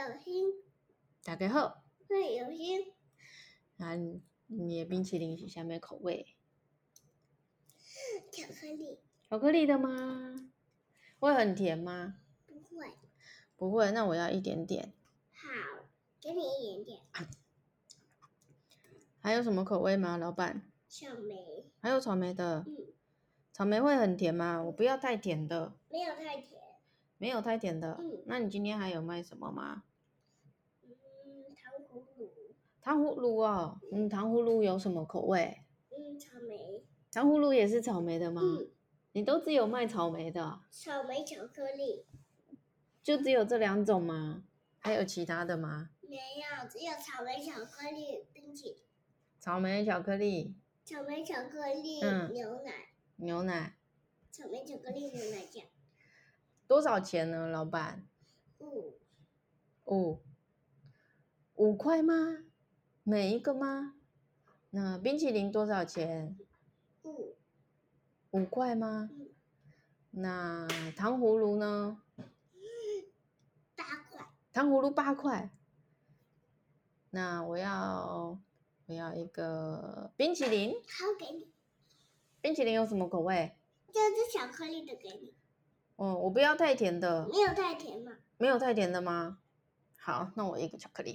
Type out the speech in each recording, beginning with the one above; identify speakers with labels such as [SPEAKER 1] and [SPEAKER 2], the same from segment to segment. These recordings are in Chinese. [SPEAKER 1] 嗯
[SPEAKER 2] 大家好，
[SPEAKER 1] 会有些
[SPEAKER 2] 啊，你的冰淇淋是啥物口味？
[SPEAKER 1] 巧克力
[SPEAKER 2] 巧克力的吗？会很甜吗？
[SPEAKER 1] 不会。
[SPEAKER 2] 不会，那我要一点点。
[SPEAKER 1] 好，给你一点点
[SPEAKER 2] 还有什么口味吗，老板？
[SPEAKER 1] 小梅，
[SPEAKER 2] 还有草莓的，
[SPEAKER 1] 嗯，
[SPEAKER 2] 草莓会很甜吗？我不要太甜的，
[SPEAKER 1] 没有太甜，
[SPEAKER 2] 没有太甜的。
[SPEAKER 1] 嗯
[SPEAKER 2] 那你今天还有卖什么吗？
[SPEAKER 1] 嗯，糖葫芦，
[SPEAKER 2] 糖葫芦哦，嗯，糖葫芦有什么口味？
[SPEAKER 1] 嗯，草莓，
[SPEAKER 2] 糖葫芦也是草莓的吗？
[SPEAKER 1] 嗯，
[SPEAKER 2] 你都只有卖草莓的哦，
[SPEAKER 1] 草莓巧克力
[SPEAKER 2] 就只有这两种吗？还有其他的吗？
[SPEAKER 1] 没有，只有草莓巧克力冰淇淋，
[SPEAKER 2] 草莓巧克力、
[SPEAKER 1] 草莓巧克力
[SPEAKER 2] 嗯
[SPEAKER 1] 牛奶，
[SPEAKER 2] 牛奶
[SPEAKER 1] 草莓巧克力牛奶酱，
[SPEAKER 2] 多少钱呢，老板？
[SPEAKER 1] 五
[SPEAKER 2] 五五块吗？每一个吗？那冰淇淋多少钱？
[SPEAKER 1] 五
[SPEAKER 2] 五块吗
[SPEAKER 1] 嗯？
[SPEAKER 2] 那糖葫芦呢？
[SPEAKER 1] 八块，
[SPEAKER 2] 糖葫芦八块。那我要我要一个冰淇淋，
[SPEAKER 1] 好给你，
[SPEAKER 2] 冰淇淋有什么口味？
[SPEAKER 1] 这是巧克力的给你，
[SPEAKER 2] 哦，我不要太甜的，
[SPEAKER 1] 没有太甜嘛，
[SPEAKER 2] 没有太甜的吗？好，那我一个巧克力，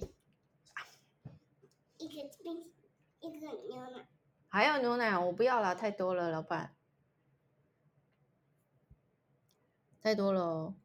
[SPEAKER 1] 一个冰，一个牛奶，
[SPEAKER 2] 还要牛奶，我不要啦，太多了，老板，太多了哦。